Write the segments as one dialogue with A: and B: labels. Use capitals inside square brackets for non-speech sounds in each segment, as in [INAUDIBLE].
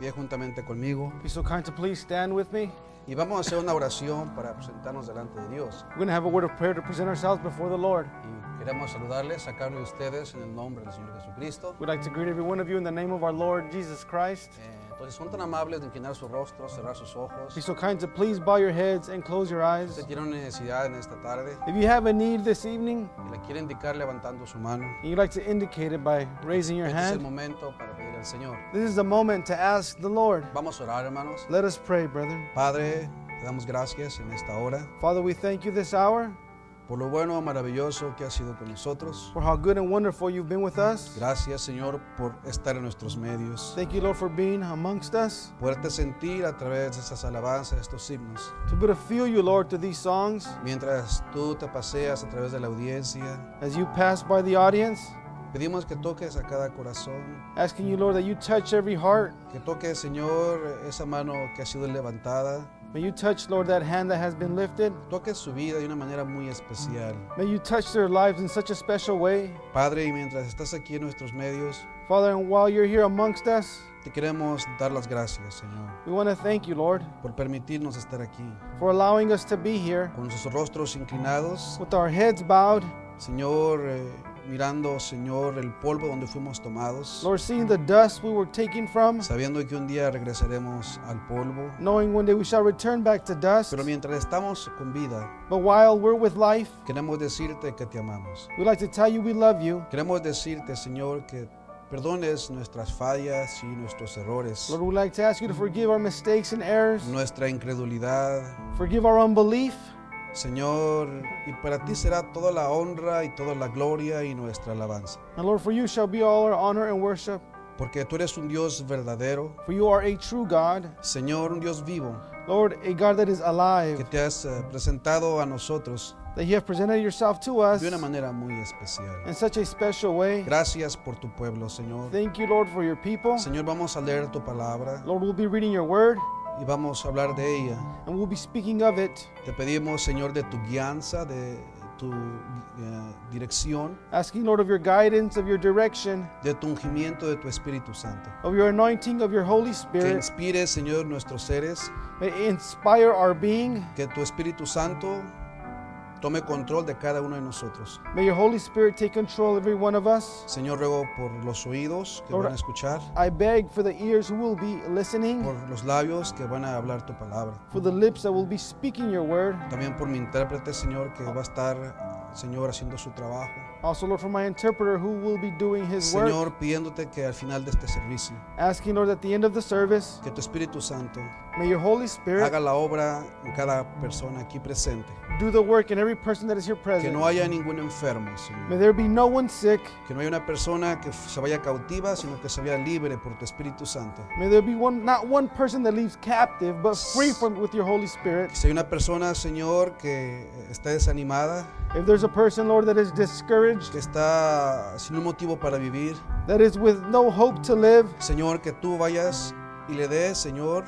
A: pie juntamente conmigo
B: Be so kind to please stand with me.
A: y vamos a hacer una oración para presentarnos delante de Dios.
B: We're going to have a word of prayer to present ourselves before the Lord.
A: Y queremos saludarles, a cada uno de ustedes en el nombre del Señor Jesucristo.
B: We'd like to greet every one of you in the name of our Lord Jesus Christ.
A: Eh, Entonces, son tan amables de inclinar su rostro, cerrar sus ojos. Si
B: Be so kind to please bow your heads and close your eyes.
A: usted tiene una necesidad en esta tarde
B: If you have a need this evening
A: y la quiere indicar levantando su mano,
B: and you'd like to indicate it by raising your
A: este es el
B: hand,
A: momento para pedir al Señor.
B: this is the moment to ask the Lord.
A: Vamos a orar, hermanos.
B: Let us pray, brethren.
A: Padre, te damos gracias en esta hora
B: Father, we thank you this hour
A: por lo bueno, maravilloso que has sido con nosotros.
B: for how good and wonderful you've been with us.
A: Gracias, Señor, por estar en nuestros medios.
B: Thank you, Lord, for being amongst us.
A: Poderte sentir a través de estas alabanzas, estos himnos.
B: To be able to feel you, Lord, through these songs
A: Mientras tú te paseas a través de la audiencia,
B: as you pass by the audience,
A: pedimos que toques a cada corazón,
B: asking you, Lord, that you touch every heart.
A: que toques, Señor, esa mano que ha sido levantada,
B: May you touch, Lord, that hand that has been lifted.
A: toques su vida de una manera muy especial.
B: May you touch their lives in such a special way.
A: Padre, y mientras estás aquí en nuestros medios,
B: Father, and while you're here amongst us,
A: te queremos dar las gracias, Señor,
B: we want to thank you, Lord,
A: por permitirnos estar aquí,
B: for allowing us to be here
A: con nuestros rostros inclinados,
B: with our heads bowed,
A: Señor, eh, mirando, Señor, el polvo donde fuimos tomados,
B: Lord, seeing the dust we were taken from,
A: sabiendo que un día regresaremos al polvo.
B: knowing one day we shall return back to dust.
A: Pero mientras estamos con vida,
B: But while we're with life,
A: queremos decirte que te amamos.
B: we'd like to tell you we love you.
A: Queremos decirte, Señor, que perdones nuestras fallas y nuestros errores,
B: Lord, we'd like to ask you to forgive our mistakes and errors,
A: nuestra incredulidad,
B: forgive our unbelief.
A: Señor, y para ti será toda la honra y toda la gloria y nuestra alabanza.
B: And Lord, for you shall be all our honor and worship,
A: Porque tú eres un Dios verdadero,
B: for you are a true God,
A: Señor, un Dios vivo,
B: Lord, a God that is alive.
A: que te has eh, presentado a nosotros
B: that you have presented yourself to us
A: de una manera muy especial.
B: in such a special way.
A: Gracias por tu pueblo, Señor.
B: Thank you, Lord, for your people.
A: Señor, vamos a leer tu palabra
B: Lord, we'll be reading your word
A: y vamos a hablar de ella.
B: and we'll be speaking of it,
A: Te pedimos, Señor, de tu guianza, de tu eh, dirección,
B: asking, Lord, of your guidance, of your direction,
A: de tu ungimiento, de tu Espíritu Santo.
B: of your anointing, of your Holy
A: Que
B: Spirit.
A: inspire, Señor, nuestros seres,
B: May inspire our being.
A: que tu Espíritu Santo tome control de cada uno de nosotros.
B: May your Holy Spirit take control of every one of us.
A: Señor, ruego por los oídos que
B: Ahora-
A: van a escuchar,
B: I beg for the ears who will be listening,
A: por los labios que van a hablar tu palabra.
B: for the lips that will be speaking your word.
A: También por mi intérprete, Señor, que va a estar, Señor, haciendo su trabajo.
B: Also, Lord, for my interpreter who will be doing his work,
A: Señor, pidiéndote que al final de este servicio,
B: asking, Lord, at the end of the service,
A: que tu Espíritu Santo
B: may your Holy Spirit
A: haga la obra en cada persona aquí presente.
B: do the work in every person that is here
A: Que
B: present.
A: no haya ningún enfermo,
B: May
A: Señor.
B: there be no one sick.
A: Que no haya una persona que se vaya cautiva, sino que se vaya libre por tu Espíritu Santo.
B: May there be one, not one person that leaves captive, but free from with your Holy Spirit.
A: Que si hay una persona, Señor, que está desanimada,
B: If there's a person, Lord, that is discouraged,
A: que está sin un motivo para vivir,
B: that is with no hope to live,
A: Señor, que tú vayas y le des, Señor,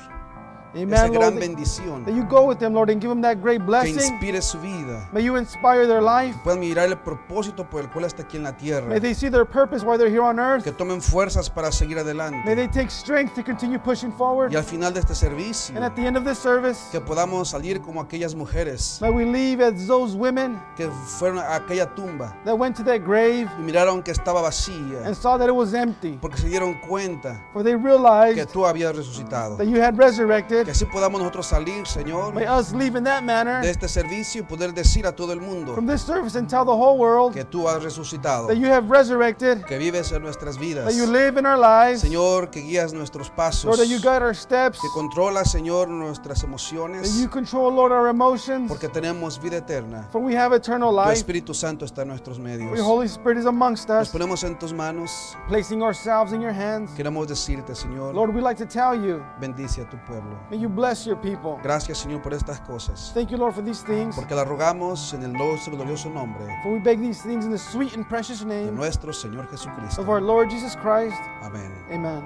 A: esa
B: Amen.
A: gran
B: Lord, that,
A: bendición
B: that you go with them, Lord, and give them that great
A: que
B: blessing.
A: inspire su vida.
B: May you inspire their life.
A: Puedan mirar el propósito por el cual está aquí en la tierra.
B: May they see their purpose while they're here on earth.
A: Que tomen fuerzas para seguir
B: May
A: adelante.
B: they take strength to continue pushing
A: Y
B: forward.
A: al final de este servicio,
B: And at the end of this service,
A: que podamos salir como aquellas mujeres
B: may we leave as those women
A: que fueron a aquella tumba.
B: that went to that grave
A: y miraron que estaba vacía
B: and saw that it was empty,
A: porque se dieron cuenta
B: for they
A: que
B: realized
A: tú habías resucitado.
B: that you had resurrected.
A: Que así podamos nosotros salir, Señor,
B: May
A: de
B: us leave in that manner
A: este servicio y poder decir a todo el mundo
B: from this service and tell the whole world
A: que tú has resucitado,
B: that you have resurrected,
A: que vives en nuestras vidas.
B: that you live in our lives,
A: Señor, que guías nuestros pasos,
B: Lord, that you
A: que
B: guide our steps,
A: controlas, Señor, nuestras
B: that
A: emociones
B: you control, Lord, our emotions,
A: porque tenemos vida eterna.
B: for we have eternal
A: Tu
B: life.
A: Espíritu Santo está en nuestros medios.
B: For your Holy Spirit is amongst
A: Nos
B: us,
A: ponemos en tus manos.
B: placing ourselves in your hands.
A: Queremos decirte, Señor,
B: Lord, we like to tell you,
A: bendice a tu pueblo.
B: may you bless your people.
A: Gracias, Señor, por estas cosas.
B: Thank you, Lord, for these things,
A: Porque la rogamos en el nuestro glorioso nombre
B: for we beg these things in the sweet and precious
A: de
B: name
A: nuestro Señor
B: of our
A: Jesucristo.
B: Lord Jesus Christ.
A: Amén.
B: Amen.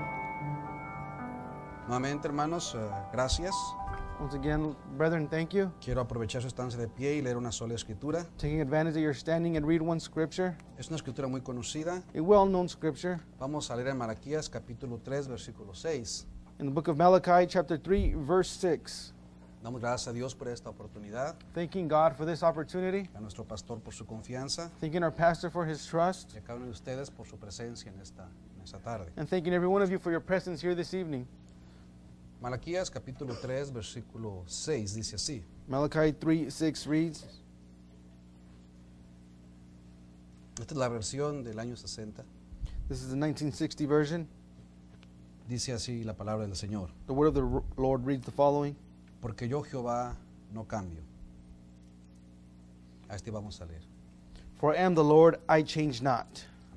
A: Nuevamente, hermanos, eh, gracias.
B: Once again, brethren, thank you.
A: Quiero aprovechar su estancia de pie y leer una sola escritura.
B: Taking advantage that you're standing and read one scripture,
A: Es una escritura muy conocida.
B: a well known scripture.
A: Vamos a leer en Malaquías capítulo 3, versículo 6.
B: In in the book of Malachi, chapter 3, verse 6.
A: Damos gracias a Dios por esta oportunidad,
B: Thanking God for this opportunity,
A: a nuestro pastor por su confianza
B: thanking our pastor for his trust,
A: y a cada uno de ustedes por su presencia en esta, en esta tarde.
B: and thanking every one of you for your presence here this evening.
A: Malaquías capítulo 3, versículo 6 dice así.
B: Malachi 3, 6 reads,
A: Esta es la versión del año 60.
B: This is the 1960 version.
A: Dice así la palabra del Señor.
B: The word of the r- Lord reads the following
A: Porque yo Jehová no cambio. A este vamos a leer.
B: For I am the Lord, I change not.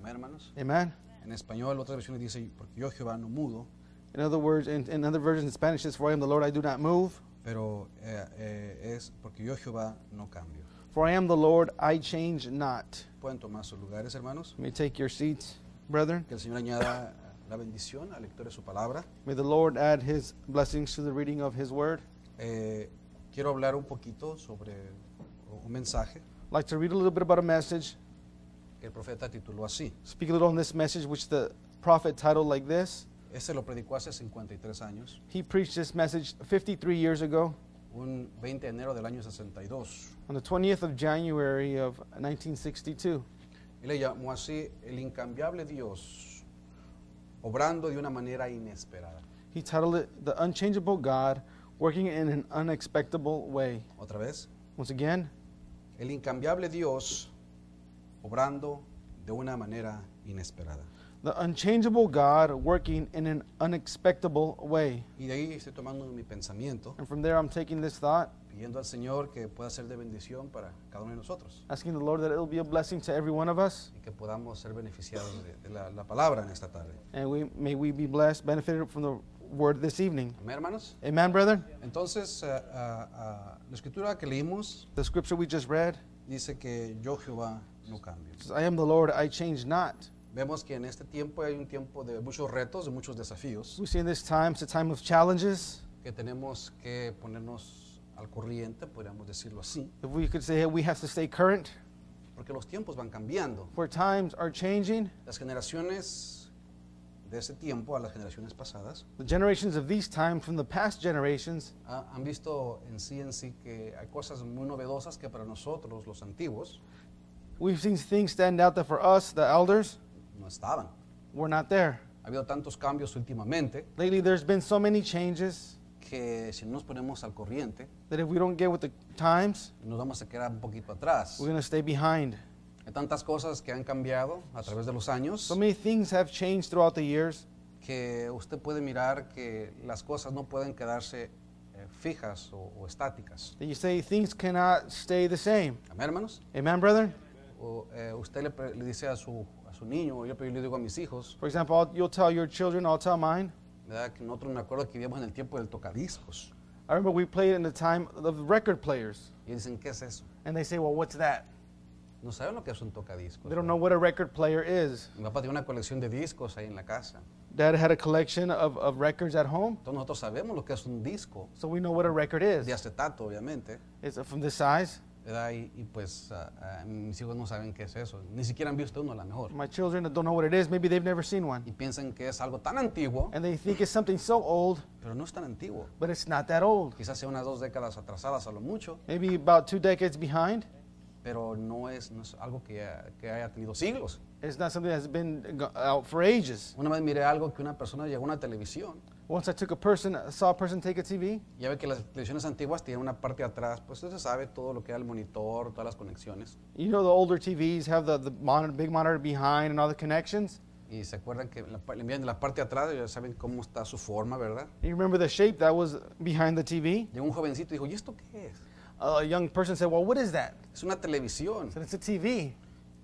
A: Amén, hermanos.
B: Amen.
A: En español, otras versiones dice, porque yo Jehová no mudo,
B: In other words, in, in other versions in Spanish, it says, For I am the Lord, I do not move.
A: pero eh, eh, es porque yo Jehová no cambio.
B: For I am the Lord, I change not.
A: Pueden tomar sus lugares, hermanos.
B: Let me take your seats, brethren.
A: Que el Señor añada eh, la bendición al lector de su palabra.
B: May the Lord add his blessings to the reading of his word.
A: Eh, quiero hablar un poquito sobre un mensaje
B: I'd like to read a little bit about a message,
A: que el profeta tituló así.
B: speak a little on this message, which the prophet titled like this.
A: Este lo predicó hace 53 años,
B: He preached this message 53 years ago
A: un 20 de enero del año 62.
B: on the 20th of January of 1962.
A: Él le llamó así el incambiable Dios, obrando de una manera inesperada.
B: He titled it The Unchangeable God Working in an Unexpectable Way.
A: Otra vez,
B: Once again,
A: el incambiable Dios, obrando de una manera inesperada.
B: The Unchangeable God Working in an Unexpectable Way.
A: Y de ahí estoy tomando mi pensamiento,
B: And from there, I'm taking this thought,
A: pidiendo al Señor que pueda ser de bendición para cada uno de nosotros
B: asking the Lord that it'll be a blessing to every one of us,
A: y que podamos ser beneficiados de, de la, la palabra en esta tarde.
B: and we, may we be blessed, benefited from the word this evening.
A: Amén, hermanos.
B: Amen, brethren?
A: Entonces, ah, ah, ah, la escritura que leímos
B: The scripture we just read
A: dice que yo Jehová no cambio.
B: says, I am the Lord, I change not.
A: Vemos que en este tiempo hay un tiempo de muchos retos, de muchos desafíos,
B: We see in this time, it's a time of challenges.
A: que tenemos que ponernos al corriente, podríamos decirlo así,
B: If we could say we have to stay current,
A: porque los tiempos van cambiando.
B: where times are changing,
A: Las generaciones de ese tiempo a las generaciones pasadas
B: the generations of these times from the past generations
A: ha- ah, han visto en sí en sí que hay cosas muy novedosas que para nosotros, los antiguos,
B: We've seen things stand out that for us, the elders,
A: no estaban.
B: we're not there.
A: Ha habido tantos cambios últimamente
B: Lately, there's been so many changes
A: que si no nos ponemos al corriente,
B: that if we don't get with the times,
A: nos vamos a quedar un poquito atrás.
B: we're going to stay behind.
A: Hay tantas cosas que han cambiado a través de los años.
B: So many things have changed throughout the years
A: que usted puede mirar que las cosas no pueden quedarse eh, fijas o, o estáticas.
B: that you say things cannot stay the same.
A: Amén, hermanos.
B: Amen, brethren?
A: O, eh, usted le, pre- le dice a su, a su niño, yo, yo le digo a mis hijos,
B: For example, I'll, you'll tell your children, I'll tell mine.
A: ¿verdad? que nosotros me acuerdo que vivíamos en el tiempo del tocadiscos.
B: I remember we played in the time of record players,
A: Y dicen, ¿qué es eso?
B: and they say, Well, what's that?
A: No saben lo que es un tocadiscos.
B: They don't know what a record player is.
A: Mi papá tiene una colección de discos ahí en la casa.
B: Dad had a collection of, of records at home,
A: Entonces nosotros sabemos lo que es un disco,
B: so we know what a record is.
A: de acetato, obviamente.
B: It's uh, from this size.
A: ¿verdad? Y, y pues ah, ah, mis hijos no saben qué es eso. Ni siquiera han visto uno a lo mejor.
B: My children that don't know what it is, maybe they've never seen one.
A: Y piensan que es algo tan antiguo,
B: And they think it's something so old,
A: pero no es tan antiguo.
B: but it's not that old.
A: quizás sea unas dos décadas atrasadas a lo mucho,
B: Maybe about two decades behind.
A: pero no es, no es algo que, ha- que haya tenido siglos.
B: It's not something that's been go- out for ages.
A: Una vez miré algo que una persona llegó a una televisión,
B: Once I took a person, uh, saw a person take a TV.
A: ya ve que las televisiones antiguas tienen una parte de atrás, pues usted sabe todo lo que era el monitor, todas las conexiones,
B: You know, the older TVs have the, the monitor, big monitor behind and all the connections.
A: y se acuerdan que la, pa- le envían de la parte de atrás, ya saben cómo está su forma, ¿verdad?
B: You remember the shape that was behind the TV?
A: Llegó un jovencito y dijo, ¿y esto qué es?
B: A young person said, Well, what is that?
A: Es una televisión.
B: I said, It's a TV.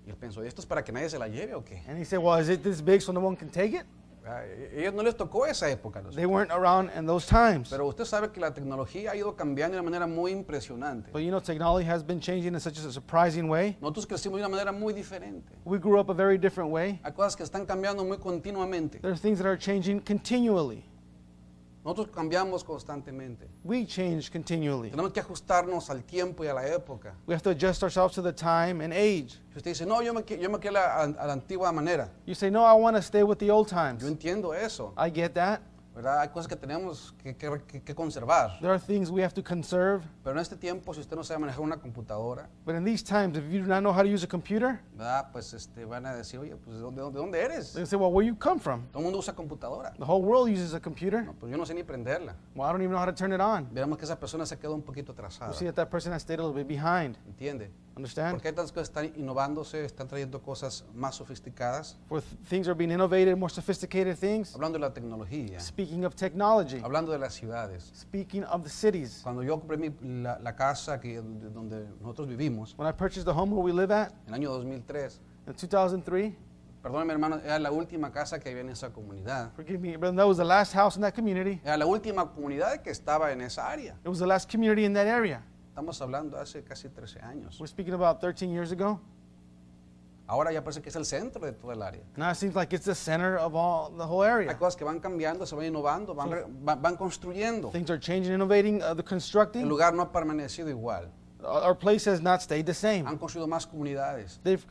A: Y él pensó, ¿y esto es para que nadie se la lleve o qué?
B: And he said, Well, is it this big so no one can take it?
A: Ah, e- Ellos no les tocó esa época. ¿no?
B: They weren't around in those times.
A: Pero usted sabe que la tecnología ha ido cambiando de una manera muy impresionante.
B: But you know, technology has been changing in such a surprising way.
A: Nosotros crecimos de una manera muy diferente.
B: We grew up a very different way.
A: Hay cosas que están cambiando muy continuamente.
B: There are things that are changing continually.
A: Nosotros cambiamos constantemente.
B: We change continually.
A: Tenemos que ajustarnos al tiempo y a la época.
B: We have to adjust ourselves to the time and age.
A: Si usted dice, no, yo me, qui- yo me quiero a, a la antigua manera.
B: You say, No, I want to stay with the old
A: Yo
B: times.
A: entiendo eso.
B: I get that.
A: ¿verdad? Hay cosas que tenemos que, que- que- que conservar.
B: There are things we have to conserve.
A: Pero en este tiempo, si usted no sabe manejar una computadora,
B: But in these times, if you do not know how to use a computer,
A: ¿verdad? Pues este, van a decir, oye, pues ¿de dónde, de dónde eres?
B: they say, well, where you come from?
A: Todo el mundo usa computadora.
B: The whole world uses a computer.
A: No, pues yo no sé ni prenderla.
B: Well, I don't even know how to turn it on.
A: Veremos que esa persona se quedó un poquito atrasada.
B: You see that that person has stayed a little bit behind.
A: ¿Entiende?
B: Understand?
A: Porque hay tantas cosas están innovándose, están trayendo cosas más sofisticadas.
B: Where th- things are being innovated, more sophisticated things.
A: Hablando de la tecnología,
B: Speaking of technology,
A: hablando de las ciudades.
B: speaking of the cities.
A: Cuando yo compré mi- la, la casa que, donde nosotros vivimos,
B: When I purchased the home where we live at
A: en el año 2003,
B: in 2003,
A: perdóneme hermano, era la última casa que había en esa comunidad.
B: forgive me, but that was the last house in that community.
A: Era la última comunidad que estaba en esa área.
B: It was the last community in that area.
A: Estamos hablando hace casi 13 años.
B: We're speaking about 13 years ago.
A: Ahora ya parece que es el centro de toda el área.
B: Now it seems like it's the center of all the whole
A: Hay
B: area.
A: cosas que van cambiando, se van innovando, van, re- va- van construyendo.
B: Things are changing, innovating, uh, the
A: El
B: constructing.
A: lugar no ha permanecido igual.
B: Our our place has not stayed the same.
A: Han construido más comunidades.
B: They've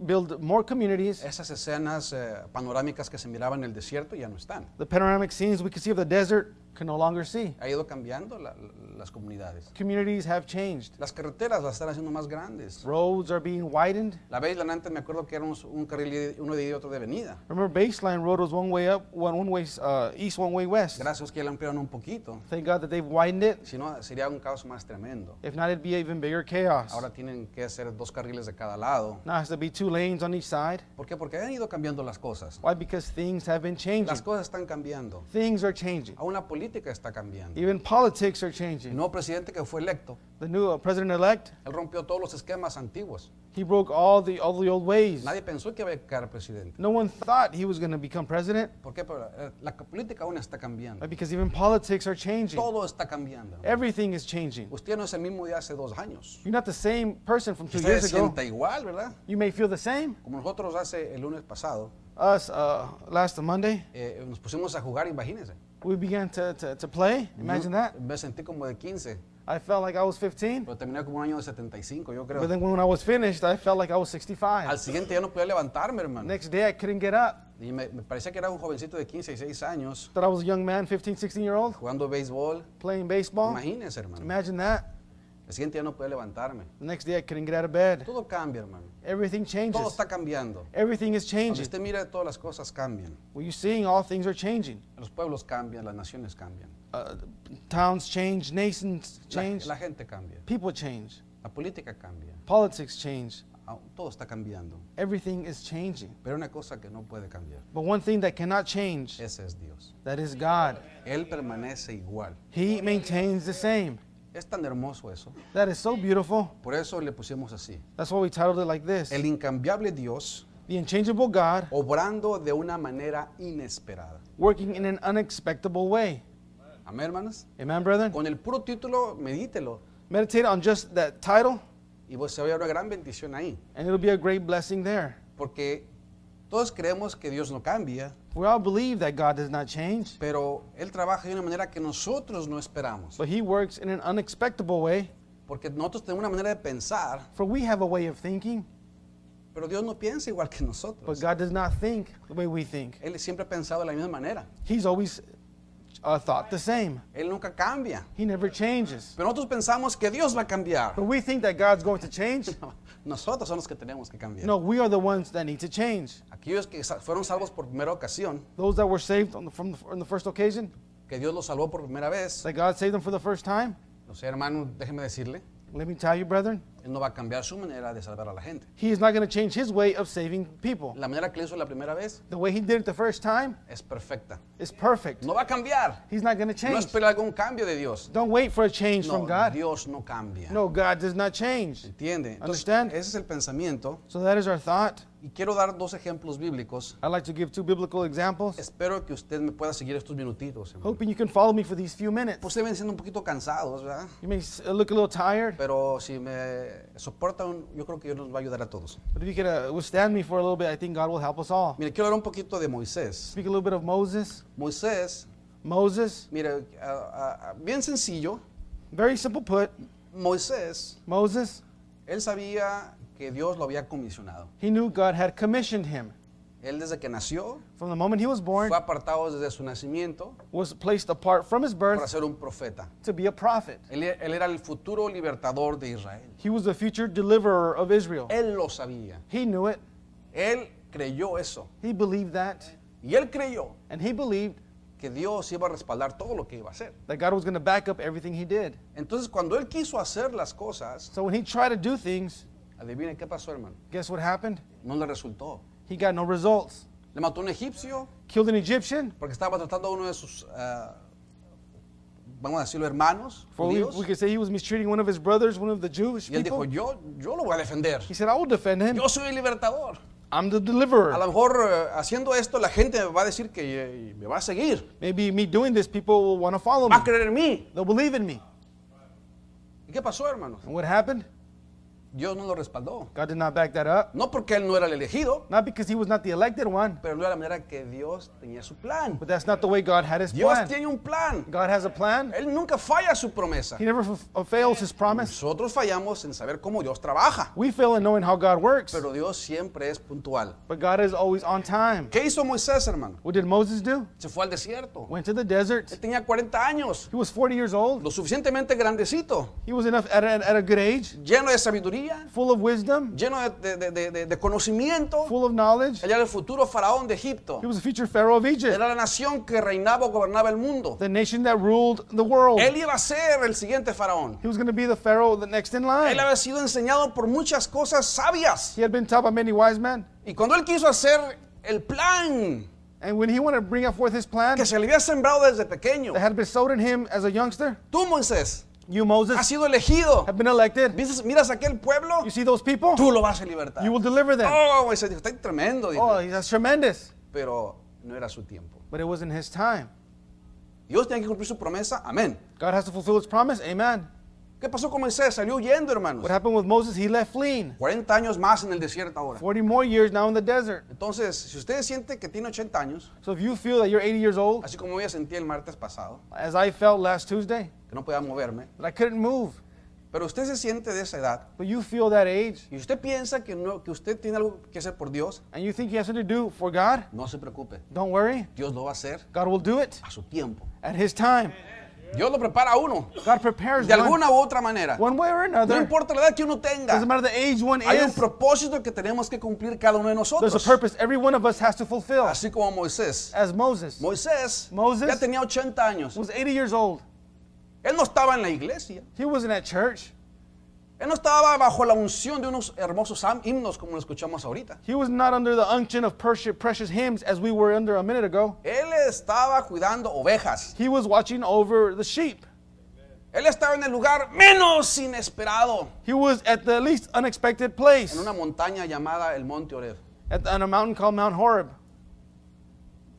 B: built more communities.
A: Esas escenas eh, panorámicas que se miraban en el desierto ya no están.
B: The panoramic scenes we can see of the desert can no longer see.
A: Ha ido cambiando la- las comunidades.
B: Communities have changed.
A: Las carreteras las están haciendo más grandes.
B: Roads are being widened.
A: La Baseline antes me acuerdo que era un, un carril de- uno de ida y otro de venida.
B: Remember, Baseline Road was one way up, one, one way uh, east, one way west.
A: Gracias a Dios que ya la ampliaron un poquito.
B: Thank God that they've widened it.
A: Si no, sería un caos más tremendo.
B: If not, it'd be even bigger chaos.
A: Ahora tienen que hacer dos carriles de cada lado.
B: Now it has to be two lanes on each side.
A: ¿Por qué? Porque han ido cambiando las cosas.
B: Why? Because things have been changing.
A: Las cosas están cambiando.
B: Things are changing.
A: Aún la política está cambiando.
B: Even politics are
A: El
B: changing.
A: nuevo presidente que fue electo,
B: The new uh, president-elect,
A: él rompió todos los esquemas antiguos.
B: he broke all the all the old ways.
A: Nadie pensó que iba a quedar presidente.
B: No one thought he was going to become president.
A: ¿Por qué? Pero eh, la política aún está cambiando.
B: Why? Because even politics are changing.
A: Todo está cambiando.
B: Everything is changing.
A: Usted no es el mismo de hace dos años.
B: You're not the same person from two
A: Usted
B: years
A: se
B: ago.
A: sienta igual, ¿verdad?
B: You may feel the same.
A: Como nosotros hace el lunes pasado,
B: Us uh, last Monday,
A: eh, nos pusimos a jugar, imagínense.
B: we began to, to, to play. Imagine that.
A: Me sentí como de 15,
B: I felt like I was 15,
A: pero terminé como un año de 75, yo
B: but
A: creo.
B: then when I was finished, I felt like I was 65.
A: Al siguiente ya no podía levantarme, hermano.
B: Next day, I couldn't get up.
A: Y me, me parecía que era un jovencito de 15 y 6 años
B: Thought I was a young man, 15, 16 year old,
A: jugando béisbol.
B: playing baseball.
A: Imagínense, hermano.
B: Imagine that.
A: El siguiente ya no podía levantarme.
B: The next day, I couldn't get out of bed.
A: Todo cambia, hermano.
B: Everything
A: Todo
B: changes.
A: está cambiando.
B: Everything is
A: Cuando
B: changing.
A: usted mira, todas las cosas cambian.
B: Well, you're seeing all things are changing.
A: Los pueblos cambian, las naciones cambian.
B: Uh, towns change, nations
A: La,
B: change,
A: la gente cambia.
B: people change,
A: La política cambia.
B: politics change.
A: Ah, Todo está cambiando.
B: Everything is changing.
A: Pero una cosa que no puede cambiar,
B: But one thing that cannot change,
A: ese es Dios.
B: that is God.
A: Él permanece igual.
B: He maintains the same.
A: Es tan hermoso eso.
B: That is so beautiful.
A: Por eso le pusimos así.
B: That's why we titled it like this
A: El incambiable Dios
B: The Unchangeable God
A: obrando de una manera inesperada.
B: Working in an Unexpectable Way.
A: Amén, hermanos.
B: Amen, brethren?
A: Con el puro título, medítelo.
B: Meditate on just that title,
A: Y vos se va a ver una gran bendición ahí.
B: and it'll be a great blessing there.
A: Porque todos creemos que Dios no cambia,
B: We all believe that God does not change,
A: pero Él trabaja de una manera que nosotros no esperamos.
B: but He works in an unexpectable way,
A: Porque nosotros tenemos una manera de pensar,
B: for we have a way of thinking,
A: pero Dios no piensa igual que
B: but
A: nosotros.
B: God does not think the way we think.
A: Él siempre ha pensado de la misma manera.
B: He's always uh, thought the same,
A: Él nunca cambia.
B: He never changes.
A: Pero nosotros pensamos que Dios va a cambiar. [LAUGHS]
B: But we think that God's going to change.
A: Nosotros somos los que tenemos que cambiar.
B: No, we are the ones that need to change.
A: Aquellos que sa- fueron salvos por primera ocasión,
B: Those that were saved on the, from the, on the first occasion,
A: que Dios los salvó por primera vez,
B: that God saved them for the first time,
A: no sé, hermano, déjeme decirle,
B: let me tell you, brethren,
A: Él no va a cambiar su manera de salvar a la gente.
B: He is not going to change His way of saving people.
A: La manera que lo hizo la primera vez
B: The way He did it the first time
A: es perfecta.
B: is perfect.
A: No va a cambiar.
B: He's not going to
A: No
B: change.
A: espera algún cambio de Dios.
B: Don't wait for a change from
A: No,
B: God.
A: Dios no cambia.
B: No, God does not change.
A: ¿Entiende? Entonces,
B: Understand?
A: ese es el pensamiento.
B: So that is our thought.
A: Y quiero dar dos ejemplos bíblicos.
B: I'd like to give two biblical examples,
A: Espero que usted me pueda seguir estos minutitos. hermano.
B: hoping you can follow me for these few minutes.
A: Pues deben siendo un poquito cansados, ¿verdad?
B: You may s- uh, look a little tired,
A: Pero si me soportan, yo creo que Dios nos va a ayudar a todos.
B: but if you can uh, withstand me for a little bit, I think God will help us all.
A: Mire, quiero hablar un poquito de Moisés.
B: Speak a little bit of Moses.
A: Moisés,
B: Moses,
A: mire, a- a- a- bien sencillo,
B: very simple put,
A: Moisés,
B: Moses,
A: él sabía que Dios lo había comisionado.
B: he knew God had commissioned him.
A: Él desde que nació
B: From the moment he was born,
A: fue apartado desde su nacimiento
B: was placed apart from his
A: para
B: birth
A: ser un profeta.
B: to be a prophet.
A: Él, él era el futuro libertador de Israel.
B: He was the future deliverer of Israel.
A: Él lo sabía.
B: He knew it.
A: Él creyó eso.
B: He believed that.
A: Y él creyó
B: And he believed
A: que Dios iba a respaldar todo lo que iba a hacer.
B: that God was going to back up everything he did.
A: Entonces, cuando él quiso hacer las cosas,
B: So when he tried to do things,
A: adivinen qué pasó, hermano.
B: guess what happened?
A: No le resultó.
B: He got no results.
A: Le mató un egipcio
B: Killed an Egyptian.
A: porque estaba tratando a uno de sus, ah, vamos a decirlo, hermanos
B: For we,
A: judíos.
B: we could say he was mistreating one of his brothers, one of the Jewish
A: Y él dijo,
B: people.
A: yo, yo lo voy a defender.
B: He said, I will defend him.
A: Yo soy el libertador.
B: I'm the
A: A
B: deliverer.
A: lo mejor eh, haciendo esto la gente me va a decir que eh, me va a seguir.
B: Maybe me doing this, people will want to follow me.
A: Va a creer en mí.
B: They'll believe in me.
A: ¿Y qué pasó, hermano?
B: And what happened?
A: Dios no lo respaldó.
B: God did not back that up.
A: No porque él no era el elegido,
B: Not because he was not the elected one,
A: pero no era la manera que Dios tenía su plan.
B: but that's not the way God had his
A: Dios
B: plan.
A: tiene un plan.
B: God has a plan.
A: Él nunca falla su promesa.
B: He never f- uh, fails his promise.
A: Nosotros fallamos en saber cómo Dios trabaja,
B: We fail in knowing how God works,
A: pero Dios siempre es puntual.
B: but God is always on time.
A: ¿Qué hizo Moisés, hermano?
B: What did Moses do?
A: Se fue al desierto.
B: Went to the desert.
A: Él tenía 40 años,
B: He was 40 years old.
A: lo suficientemente grandecito,
B: He was enough at a, at a good age,
A: lleno de sabiduría,
B: full of wisdom,
A: lleno de, de- de- de- de conocimiento.
B: full of knowledge.
A: Él era el futuro faraón de Egipto.
B: He was a future pharaoh of Egypt.
A: Era la nación que reinaba o gobernaba el mundo.
B: the nation that ruled the world.
A: Él iba a ser el siguiente faraón.
B: He was going to be the Pharaoh, the next in line.
A: Él había sido enseñado por muchas cosas sabias.
B: He had been taught by many wise men.
A: Y cuando él quiso hacer el plan
B: And when he wanted to bring forth his plan
A: que se le había sembrado desde pequeño,
B: that had been sowed in him as a youngster,
A: tú Moisés
B: you,
A: has
B: Moses,
A: sido elegido.
B: have been elected.
A: Dices, miras aquel pueblo,
B: You see those people?
A: tú lo vas a libertar.
B: You will deliver them.
A: Oh, Moisés dijo, está tremendo. dijo.
B: Oh, that's tremendous.
A: Pero no era su tiempo.
B: But it wasn't his time.
A: Dios tenía que cumplir su promesa. Amén.
B: God has to fulfill his promise. Amen.
A: ¿Qué pasó con Moisés? Salió huyendo, hermanos.
B: What happened with Moses? He left fleeing.
A: 40 años más en el desierto ahora.
B: 40 more years now in the desert.
A: Entonces, si usted siente que tiene 80 años,
B: So if you feel that you're 80 years old,
A: así como yo sentí el martes pasado,
B: as I felt last Tuesday,
A: que no podía moverme,
B: that I couldn't move,
A: pero usted se siente de esa edad
B: but you feel that age,
A: y usted piensa que, no, que usted tiene algo que hacer por Dios,
B: and you think you have something to do for God,
A: no se preocupe.
B: don't worry.
A: Dios lo va a hacer
B: God will do it
A: a su tiempo.
B: at His time.
A: Dios lo prepara a uno,
B: God prepares
A: de
B: one,
A: alguna u otra manera.
B: one way or
A: No
B: another.
A: importa la edad que uno tenga,
B: Doesn't matter the age one
A: hay un
B: is.
A: propósito que tenemos que cumplir cada uno de
B: There's a
A: nosotros.
B: purpose every one of us has to fulfill.
A: Así como Moisés.
B: As Moses
A: Moisés
B: Moses
A: ya tenía 80 años.
B: was 80 years old.
A: Él no estaba en la iglesia.
B: He wasn't at church.
A: Él no estaba bajo la unción de unos hermosos am- himnos como lo escuchamos ahorita.
B: He was not under the unction of precious, precious hymns as we were under a minute ago.
A: Él estaba cuidando ovejas.
B: He was watching over the sheep.
A: Él estaba en el lugar menos inesperado,
B: He was at the least unexpected place,
A: en una montaña llamada el Monte Oreb.
B: at on a mountain called Mount Horeb,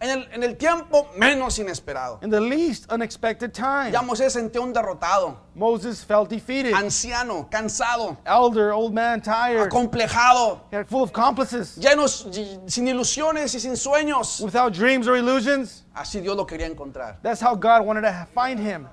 A: En el, en el tiempo menos inesperado.
B: in the least unexpected time.
A: Ya Moisés sentía un derrotado,
B: Moses felt defeated,
A: anciano, cansado,
B: elder, old man, tired,
A: acomplejado,
B: full of accomplices.
A: lleno, sin ilusiones y sin sueños.
B: without dreams or illusions.
A: Así Dios lo quería encontrar.
B: That's how God wanted to ha- find him.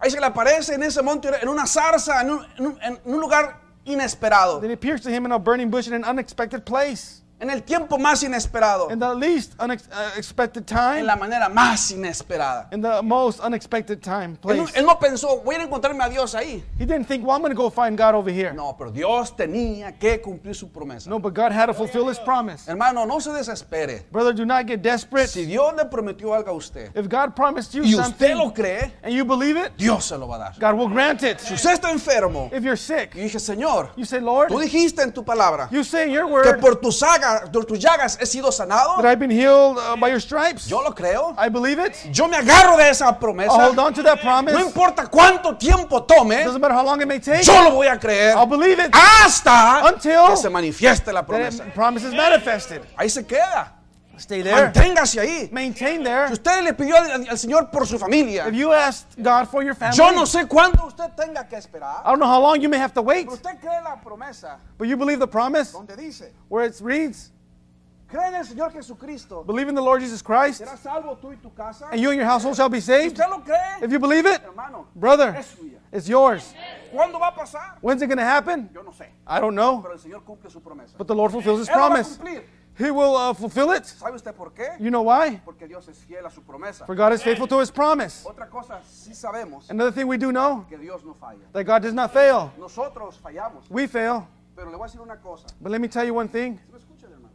A: Ahí se le aparece en ese monte, Oreb, en una zarza, en un- en un- en un lugar inesperado,
B: Then it appears to him in a burning bush in an unexpected place,
A: en el tiempo más inesperado.
B: in the least unexpected
A: en
B: time,
A: la manera más inesperada.
B: in the most unexpected time,
A: Él no,
B: place.
A: él no pensó, voy a ir a encontrarme a Dios ahí.
B: He didn't think, well, I'm going to go find God over here.
A: No, pero Dios tenía que cumplir su promesa.
B: No, but God had to fulfill his promise.
A: Hermano, no se desespere.
B: Brother, do not get desperate.
A: Si Dios le prometió algo a usted
B: If God promised you
A: y usted
B: something
A: lo cree,
B: and you believe it,
A: Dios se lo va a dar.
B: God will grant it.
A: Si usted está enfermo
B: If you're
A: y
B: sick,
A: dije, Señor,
B: you say, Lord,
A: tú dijiste en tu palabra
B: you say in your
A: que
B: word
A: por tus, saga- por tus llagas he sido sanado.
B: that I've been healed uh, by your stripes.
A: Yo lo creo.
B: I believe it.
A: Yo me agarro de esa
B: I'll
A: promesa.
B: hold on to that
A: No
B: promise.
A: importa cuánto tiempo tome,
B: Doesn't matter how long it may take.
A: yo Ah, lo voy a creer
B: I'll believe it.
A: hasta
B: Until-
A: que se manifieste la
B: That
A: promesa.
B: it- promise is manifested.
A: Ahí se queda.
B: Stay
A: Manténgase ahí.
B: Maintain there.
A: Si usted le pidió al, al Señor por su familia,
B: If you asked God for your family,
A: yo no sé cuánto usted tenga que esperar.
B: I don't know how long you may have to wait,
A: Pero usted cree la promesa
B: but you believe the promise
A: donde dice,
B: where it reads,
A: cree en el Señor Jesucristo,
B: believe in the Lord Jesus Christ,
A: serás salvo tú y tu casa.
B: and you and your household shall be
A: Si
B: saved.
A: usted lo cree,
B: If you believe it,
A: hermano,
B: brother,
A: es suya.
B: it's yours.
A: ¿Cuándo va a pasar?
B: When's it going to happen?
A: Yo no sé.
B: I don't know,
A: Pero el Señor cumple su promesa.
B: but the Lord fulfills his
A: Él lo va a
B: promise.
A: cumplir.
B: He will uh, fulfill it.
A: ¿Sabe usted por qué?
B: You know why?
A: Porque Dios es fiel a su promesa.
B: For God is faithful to his promise.
A: Otra cosa, sí sabemos
B: Another thing we do know
A: que Dios no falla.
B: that God does not fail.
A: Nosotros fallamos,
B: We fail.
A: pero le voy a decir una cosa.
B: But let me tell you one thing.
A: Si me escuchan, hermano.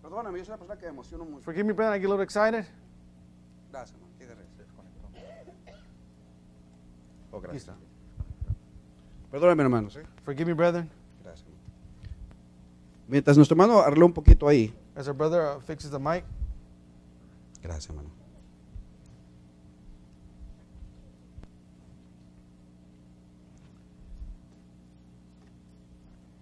A: Perdóname, yo soy una persona que me emociono mucho.
B: Forgive me, Brent, I get a little excited.
A: Gracias, hermano. Qué desconectó.
C: Oh,
A: Aquí
C: gracias.
A: está. Perdóname, hermano. ¿sí?
B: Forgive me, brethren.
A: Gracias, hermano. Mientras nuestro hermano arregló un poquito ahí.
B: As our brother uh, fixes the mic.
A: Gracias, hermano.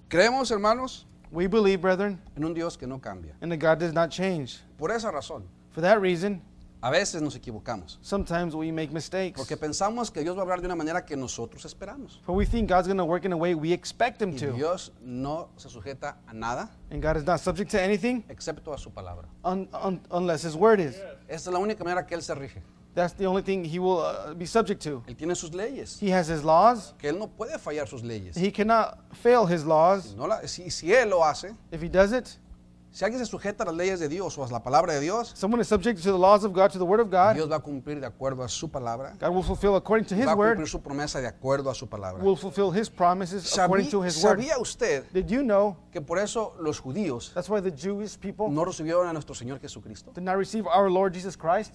A: Creemos, hermanos,
B: We believe, brethren,
A: en un Dios que no cambia.
B: in a God does not change.
A: Por esa razón,
B: For that reason,
A: a veces nos equivocamos.
B: sometimes we make mistakes.
A: Porque pensamos que Dios va a hablar de una manera que nosotros esperamos.
B: For we think God's going to work in a way we expect Him
A: Y
B: to.
A: Dios no se sujeta a nada
B: And God is not subject to anything
A: excepto a su palabra.
B: un, un, unless His word is.
A: Esa es la única manera que Él se rige.
B: That's the only thing He will uh, be subject to.
A: Él tiene sus leyes,
B: He has His laws.
A: que Él no puede fallar sus leyes.
B: He cannot fail His laws.
A: No la- si, si Él lo hace,
B: If He does it,
A: si alguien se sujeta a las leyes de Dios o a la palabra de Dios,
B: someone is subject to the laws of God, to the word of God.
A: Dios va a cumplir de acuerdo a su palabra,
B: God will fulfill according to His
A: va a cumplir
B: word,
A: su promesa de acuerdo a su palabra.
B: will fulfill His promises according
A: Sabí-
B: to His word.
A: ¿Sabía usted
B: Did you know?
A: que por eso los judíos
B: That's why the Jewish people
A: no recibieron a nuestro Señor Jesucristo?
B: did not receive our Lord Jesus Christ.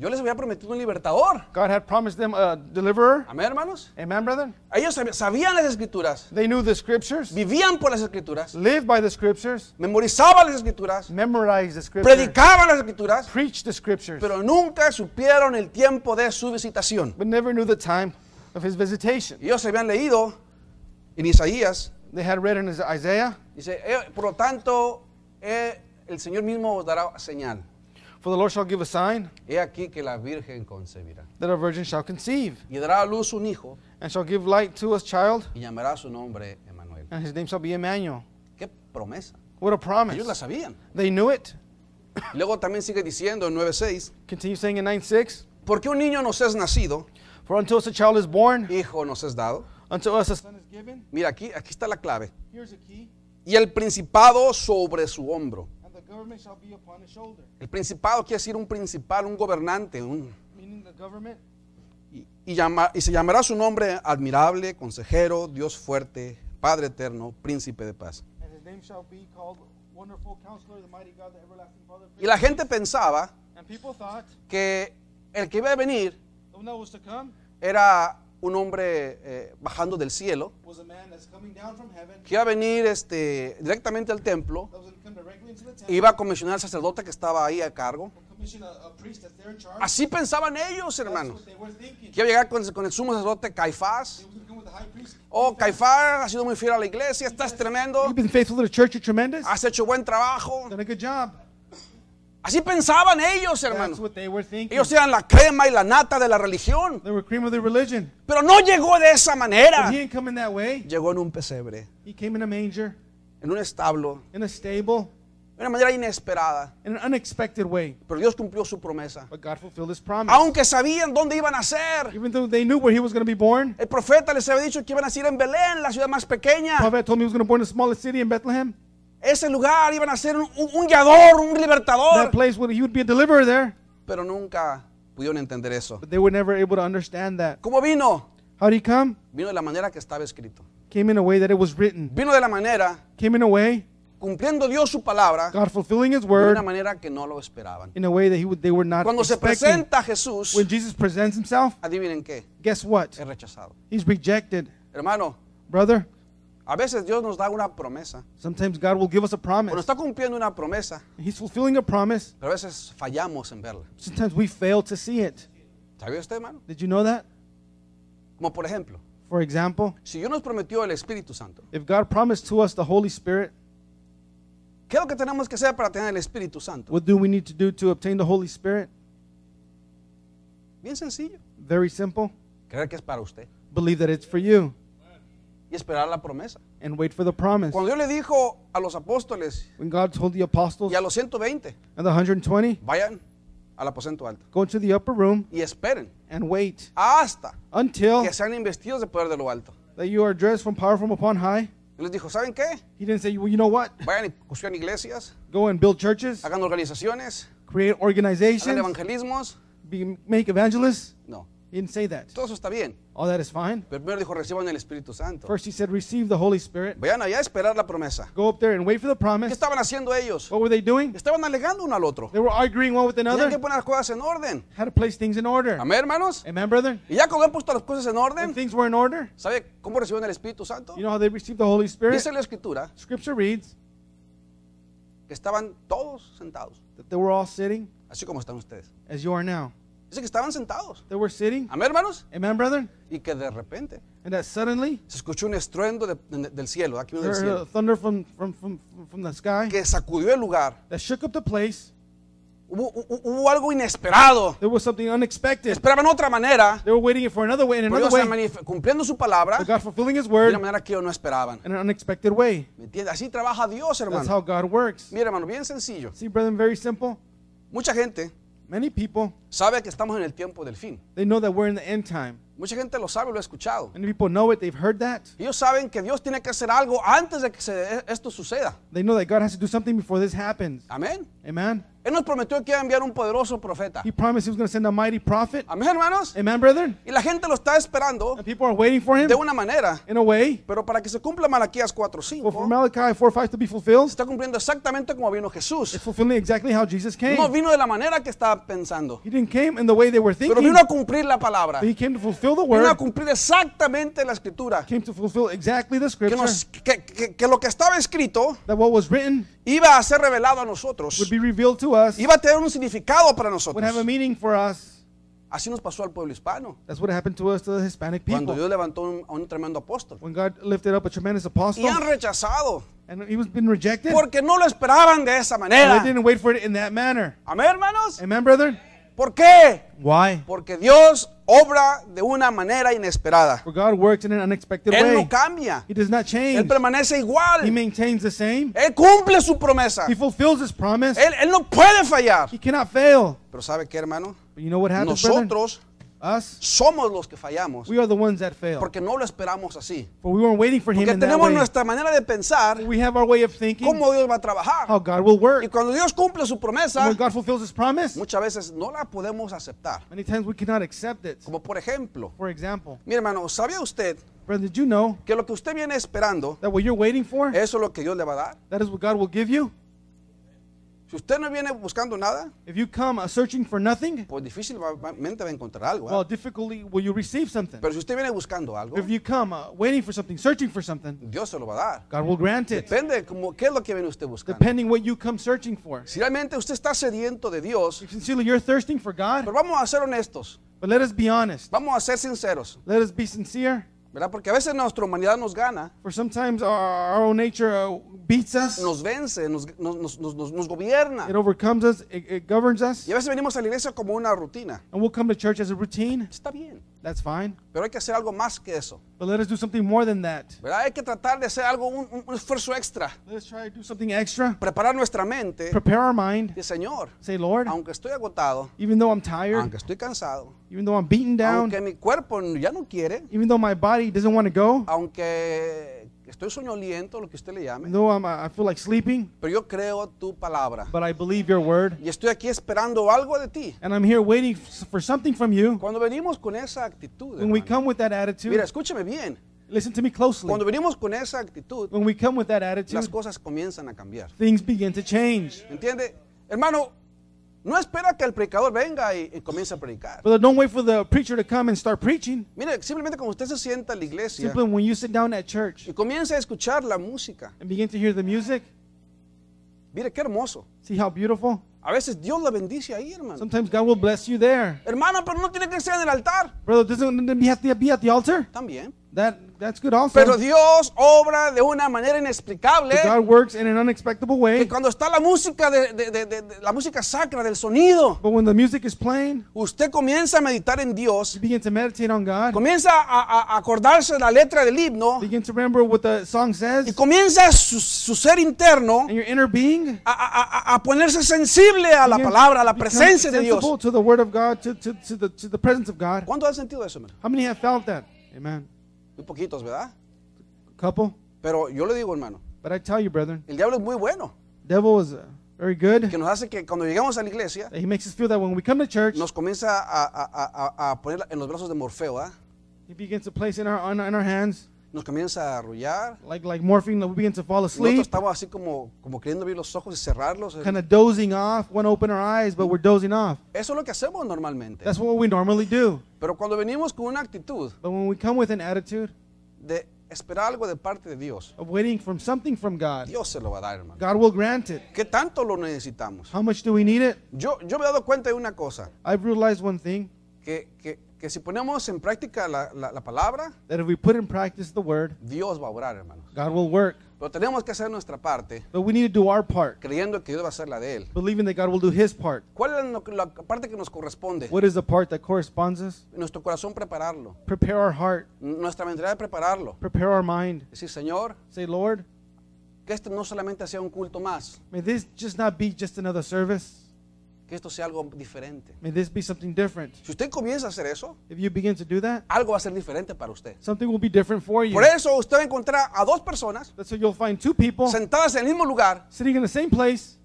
A: Yo les había prometido un libertador.
B: God had promised them a deliverer.
A: Amén, hermanos.
B: Amen, brethren?
A: Ellos sabi- sabían las escrituras,
B: They knew the scriptures,
A: vivían por las escrituras,
B: lived by the scriptures,
A: memorizaban las escrituras,
B: memorized the scriptures,
A: predicaban las escrituras,
B: preached the scriptures,
A: pero nunca supieron el tiempo de su visitación.
B: but never knew the time of his visitation.
A: Ellos habían leído en Isaías,
B: They had read in Isaiah,
A: dice, "Eh, por lo tanto, eh, el Señor mismo os dará señal.
B: For the Lord shall give a sign
A: He aquí que la Virgen concebirá.
B: that a virgin shall conceive,
A: Y dará a luz un hijo
B: and shall give light to us, child,
A: y llamará su nombre Emanuel.
B: and his name shall be Emmanuel.
A: Qué promesa.
B: What a
A: Ellos la
B: promise.
A: sabían.
B: They knew it.
A: Y luego también sigue diciendo en 9.6,
B: Continue saying in 9 6
A: porque un niño nos es nacido,
B: For unto us a child is born,
A: hijo nos es dado.
B: unto us a son is given.
A: Mira, aquí, aquí está la clave.
B: Here's a key,
A: Y el principado sobre su hombro.
B: and the government shall be upon his shoulder.
A: El principado quiere decir un principal, un gobernante, un,
B: Meaning the government
A: y, y llama- y se llamará su nombre admirable, consejero, Dios fuerte, Padre eterno, príncipe de paz.
B: And his name shall be called Wonderful Counselor, the Mighty God, the Everlasting Father.
A: Y la gente pensaba
B: And people thought
A: que el que iba a venir
B: the one that was to come
A: era un hombre eh, bajando del cielo,
B: was a man that's coming down from heaven,
A: que iba a venir este, directamente al templo, e
B: that was going to come directly into the temple,
A: iba a comisionar al sacerdote que estaba ahí a cargo.
B: commission a, a priest that's there in charge.
A: Así pensaban ellos,
B: That's
A: hermanos.
B: what they were thinking.
A: Que iba a llegar con, con el sumo sacerdote Caifás.
B: He was going to come with the high priest.
A: Oh, Caifás, has sido muy fiel a la iglesia, estás tremendo,
B: You've been faithful to the church, you're tremendous.
A: has hecho buen trabajo.
B: Done a good job.
A: Así pensaban ellos,
B: That's
A: hermanos.
B: what they were thinking.
A: Ellos eran la crema y la nata de la religión.
B: They were cream of the religion.
A: Pero no llegó de esa manera.
B: But he didn't come in that way.
A: Llegó en un pesebre,
B: He came in a manger,
A: en un establo,
B: in a stable,
A: de una manera inesperada.
B: in an unexpected way.
A: Pero Dios cumplió su promesa.
B: But God fulfilled his promise.
A: Aunque sabían dónde iban a ser.
B: Even though they knew where he was going to be born,
A: El profeta les había dicho que iban a ser en Belén, la ciudad más pequeña.
B: prophet told me he was going to born in the smallest city in Bethlehem.
A: Ese lugar iban a ser un, un- un guiador, un
B: That
A: libertador.
B: place where he would be a deliverer there.
A: Pero nunca pudieron entender eso.
B: But they were never able to understand that.
A: ¿Cómo vino?
B: How did he come?
A: Vino de la manera que estaba escrito.
B: Came in a way that it was written.
A: Vino de la manera,
B: Came in a way,
A: cumpliendo Dios su palabra,
B: God fulfilling his
A: de una
B: word
A: manera que no lo esperaban.
B: in a way that he would, they were not
A: Cuando se
B: expecting.
A: presenta Jesús,
B: When Jesus presents himself,
A: adivinen qué,
B: guess what?
A: es rechazado.
B: He's rejected.
A: Hermano,
B: Brother,
A: a veces Dios nos da una promesa,
B: sometimes God will give us a
A: o nos
B: promise.
A: está cumpliendo una promesa,
B: He's fulfilling a promise.
A: pero a veces fallamos en verla.
B: Sometimes we fail to see it.
A: ¿Sabía usted, hermano?
B: Did you know that?
A: Como por ejemplo,
B: For example,
A: si Dios nos prometió el Espíritu Santo,
B: if God promised to us the Holy Spirit,
A: ¿qué es lo que tenemos que hacer para tener el Espíritu Santo?
B: what do we need to do to obtain the Holy Spirit?
A: Bien sencillo,
B: Very simple.
A: creer que es para usted
B: Believe that it's for you
A: y esperar la promesa.
B: and wait for the promise.
A: Cuando Dios le dijo a los apóstoles
B: When God told the apostles
A: y a los 120,
B: and the 120,
A: vayan al aposento alto
B: go into the upper room
A: y esperen
B: and wait
A: hasta
B: until
A: que sean investidos de poder de lo alto.
B: that you are dressed from power from upon high.
A: Y les dijo, ¿saben qué?
B: He didn't say, well, you know what?
A: Vayan y construyan iglesias,
B: Go and build churches,
A: hagan organizaciones,
B: create
A: hagan
B: organizations,
A: evangelismos.
B: be, make evangelists.
A: No,
B: He didn't say that.
A: todo eso está bien.
B: All that is fine.
A: Pero primero dijo, reciban el Espíritu Santo.
B: First, he said, receive the Holy Spirit.
A: Vayan allá a esperar la promesa.
B: Go up there and wait for the
A: ¿Qué
B: promise.
A: estaban haciendo ellos?
B: What were they doing?
A: Estaban alegando uno al otro.
B: They were arguing one with
A: Tenían que
B: another.
A: poner las cosas en orden.
B: How to place things in order.
A: [LAUGHS] Amén, hermanos.
B: Amen, brother?
A: Y ya cuando han puesto las cosas en
B: When
A: orden,
B: things were in order,
A: ¿sabe cómo reciben el Espíritu Santo?
B: you know how they received the Holy Spirit?
A: Dice la Escritura
B: Scripture reads
A: que estaban todos sentados,
B: that they were all sitting
A: así como están ustedes.
B: as you are now.
A: Dice que estaban sentados.
B: They were sitting.
A: Amén, hermanos.
B: Amen, brother?
A: Y que de repente
B: And that suddenly,
A: se escuchó un estruendo de- de- del cielo, aquí
B: there
A: del
B: heard a
A: cielo,
B: thunder from, from, from, from the sky
A: que sacudió el lugar.
B: that shook up the place.
A: Hubo, hu- hubo algo inesperado.
B: There was something unexpected.
A: Esperaban otra manera,
B: They were waiting for another way, in
A: pero
B: another
A: Dios se
B: way.
A: manif- cumpliendo su palabra
B: But
A: de
B: God fulfilling His
A: una
B: word
A: manera que ellos no esperaban.
B: in an unexpected way.
A: ¿Me entiendes? Así trabaja Dios,
B: That's
A: hermano.
B: how God works.
A: Mira, hermano, bien sencillo.
B: See, brethren, very simple.
A: Mucha gente
B: Many people,
A: sabe que estamos en el tiempo del fin.
B: they know that we're in the end time.
A: Mucha gente lo sabe, lo ha escuchado.
B: Many people know it. They've heard that.
A: Ellos saben que Dios tiene que hacer algo antes de que se- eh, esto suceda.
B: They know that God has to do something before this happens.
A: Amén.
B: Amen.
A: Él nos prometió que iba a enviar un poderoso profeta.
B: He promised He was going to send a mighty prophet.
A: Amén, hermanos.
B: Amen, brethren.
A: Y la gente lo está esperando
B: And people are waiting for Him
A: de una manera.
B: in a way.
A: Pero para que se cumpla Malaquías
B: Well, for
A: 4.5,
B: Malachi 4 5 to be fulfilled,
A: está cumpliendo exactamente como vino Jesús.
B: it's fulfilling exactly how Jesus
A: No
B: came.
A: vino de la manera que estaba pensando.
B: He didn't came in the way they were
A: Pero
B: thinking,
A: vino a cumplir la palabra.
B: but He came to fulfill the
A: Vino a
B: word,
A: cumplir exactamente la escritura.
B: came to fulfill exactly the
A: Que,
B: scripture,
A: nos- que- que- que lo que estaba escrito
B: that what was written
A: iba a ser revelado a
B: would
A: nosotros.
B: be revealed to us,
A: Iba a tener un significado para
B: would have a
A: nosotros.
B: meaning for us.
A: Así nos pasó al pueblo hispano.
B: That's what happened to us, to the Hispanic
A: Cuando
B: people.
A: Dios levantó un- a un tremendo apóstol.
B: When God lifted up a tremendous
A: Y
B: apostle,
A: han rechazado.
B: and he was been rejected,
A: Porque no lo esperaban de esa
B: and
A: manera.
B: they didn't wait for it in that manner.
A: Amén, hermanos.
B: Amen, brethren?
A: ¿Por qué?
B: Why?
A: Porque Dios obra de una manera inesperada.
B: For God works in an unexpected
A: Él no
B: way.
A: cambia.
B: He does not
A: Él
B: change.
A: permanece
B: He
A: igual.
B: maintains the same.
A: Él cumple su promesa.
B: He fulfills his promise.
A: Él, él no puede fallar.
B: He cannot fail.
A: Pero ¿sabe qué, hermano?
B: But you know what happens, brethren?
A: Nosotros
B: Us,
A: somos los que fallamos.
B: we are the ones that fail.
A: Porque no lo esperamos así.
B: For we weren't waiting for him
A: Porque
B: in that
A: tenemos
B: way.
A: nuestra manera de pensar
B: We have our way of thinking
A: cómo Dios va a trabajar.
B: how God will
A: Y
B: work.
A: cuando Dios cumple su promesa,
B: When God fulfills his promise,
A: muchas veces no la podemos aceptar.
B: many times we cannot accept it.
A: Como por ejemplo,
B: For example,
A: mi hermano, ¿sabía usted
B: brother, did you know
A: que lo que usted viene esperando,
B: that what you're waiting for,
A: eso es lo que Dios le va a dar?
B: that is what God will give you?
A: Si usted no viene buscando nada,
B: If you come uh, searching for nothing,
A: pues difícilmente va a encontrar algo. ¿eh?
B: well, difficultly will you receive something.
A: Pero si usted viene buscando algo,
B: If you come uh, waiting for something, searching for something,
A: Dios se lo va a dar.
B: God will grant it,
A: Depende de cómo, qué es lo que viene usted buscando.
B: depending what you come searching for.
A: Si realmente usted está sediento de Dios,
B: If sincerely you're thirsting for God,
A: pero vamos a ser honestos,
B: but let us be honest.
A: vamos a ser sinceros,
B: Let us be sincere,
A: ¿verdad? Porque a veces nuestra humanidad nos gana,
B: for sometimes our, our own nature uh, beats us,
A: nos vence, nos, nos- nos- nos- nos- nos gobierna.
B: it overcomes us, it, it governs us,
A: Y a veces venimos a la iglesia como una rutina.
B: and we'll come to church as a routine.
A: Está bien,
B: That's fine,
A: pero hay que hacer algo más que eso,
B: but let us do something more than that.
A: ¿verdad? Hay que tratar de hacer algo, un, un- un esfuerzo extra,
B: Let us try to do something extra.
A: preparar nuestra mente.
B: Prepare our mind.
A: de, Señor,
B: Say, Lord,
A: aunque estoy agotado,
B: even though I'm tired,
A: aunque estoy cansado,
B: even though I'm beaten down,
A: aunque mi cuerpo ya no quiere,
B: even though my body doesn't want to go,
A: aunque estoy soñoliento, lo que usted le
B: even
A: llame,
B: though I'm, I feel like sleeping,
A: pero yo creo tu palabra.
B: but I believe your word.
A: Y estoy aquí esperando algo de ti.
B: And I'm here waiting f- for something from you.
A: Cuando venimos con esa actitud,
B: When we
A: hermano,
B: come with that
A: mira,
B: attitude,
A: escúcheme bien.
B: listen to me closely.
A: Cuando venimos con esa actitud,
B: When we come with that
A: las
B: attitude,
A: cosas comienzan a cambiar.
B: things begin to change.
A: ¿Entiende? Hermano, no espera que el predicador venga y, y comience a predicar.
B: Brother, don't wait for the preacher to come and start preaching.
A: Mire, simplemente cuando usted se sienta en la iglesia
B: Simply when you sit down at church
A: y comienza a escuchar la música,
B: and begin to hear the music,
A: mire qué hermoso.
B: see how beautiful.
A: A veces Dios la bendice ahí, hermano.
B: Sometimes God will bless you there.
A: Hermano, pero no tiene que ser en el altar.
B: Brother, doesn't it have to be at the altar?
A: También.
B: That that's good also.
A: Pero Dios obra de una manera inexplicable.
B: But God works in an unexpected way.
A: Que cuando está la música de, de- de- de- de- la música sacra del sonido,
B: But when the music is playing,
A: usted comienza a meditar en Dios,
B: you begin to meditate on God,
A: comienza a, a- a acordarse de la letra del himno
B: begin to remember what the song
A: y
B: says,
A: comienza su, su ser interno
B: and your inner being
A: a, a- a- a ponerse sensible a la
B: begins-
A: palabra, a la
B: becomes
A: presencia de Dios.
B: sensible to the word of God, to, to, to, the, to the presence of God.
A: ¿Cuánto han sentido eso, hermano?
B: How many have felt that? Amen.
A: Muy poquitos, ¿verdad?
B: A couple.
A: Pero yo le digo, hermano,
B: But I tell you, brethren,
A: el diablo es muy bueno,
B: devil is uh, very good.
A: que nos hace que cuando llegamos a la iglesia,
B: He makes us feel that when we come to church,
A: nos comienza a, a- a- a- a poner en los brazos de Morfeo, ¿ah?
B: he begins to place in our on, in our hands
A: nos comienza a arrullar.
B: like like morphine. We begin to fall
A: Nosotros
B: asleep,
A: estamos así como, como queriendo abrir los ojos y cerrarlos. eh.
B: kind of dozing off. Want to open our eyes, but we're dozing off.
A: Eso es lo que hacemos normalmente.
B: That's what we normally do.
A: Pero cuando venimos con una actitud
B: But when we come with an attitude
A: de esperar algo de parte de Dios,
B: of waiting from something from God,
A: Dios se lo va a dar, hermano.
B: God will grant it.
A: ¿Qué tanto lo necesitamos?
B: How much do we need it?
A: Yo, yo me he dado cuenta de una cosa,
B: I've realized one thing
A: que, que- que si ponemos en práctica la, la- la palabra,
B: that if we put in practice the word,
A: Dios va a obrar, hermano.
B: God will work.
A: Pero tenemos que hacer nuestra parte,
B: But we need to do our part,
A: creyendo que Dios va a hacer la de Él.
B: believing that God will do His part.
A: ¿Cuál es la, la parte que nos corresponde?
B: What is the part that corresponds us?
A: Nuestro corazón prepararlo,
B: Prepare our heart,
A: nuestra mentalidad de prepararlo.
B: prepare our mind.
A: Decir, Señor,
B: Say, Lord,
A: que esto no solamente sea un culto más,
B: may this just not be just another service.
A: que esto sea algo diferente.
B: May this be something different.
A: Si usted comienza a hacer eso,
B: If you begin to do that,
A: algo va a ser diferente para usted.
B: something will be different for you.
A: Por eso usted va a encontrar a dos personas
B: That's so you'll find two people
A: sentadas en el mismo lugar,
B: sitting in the same place,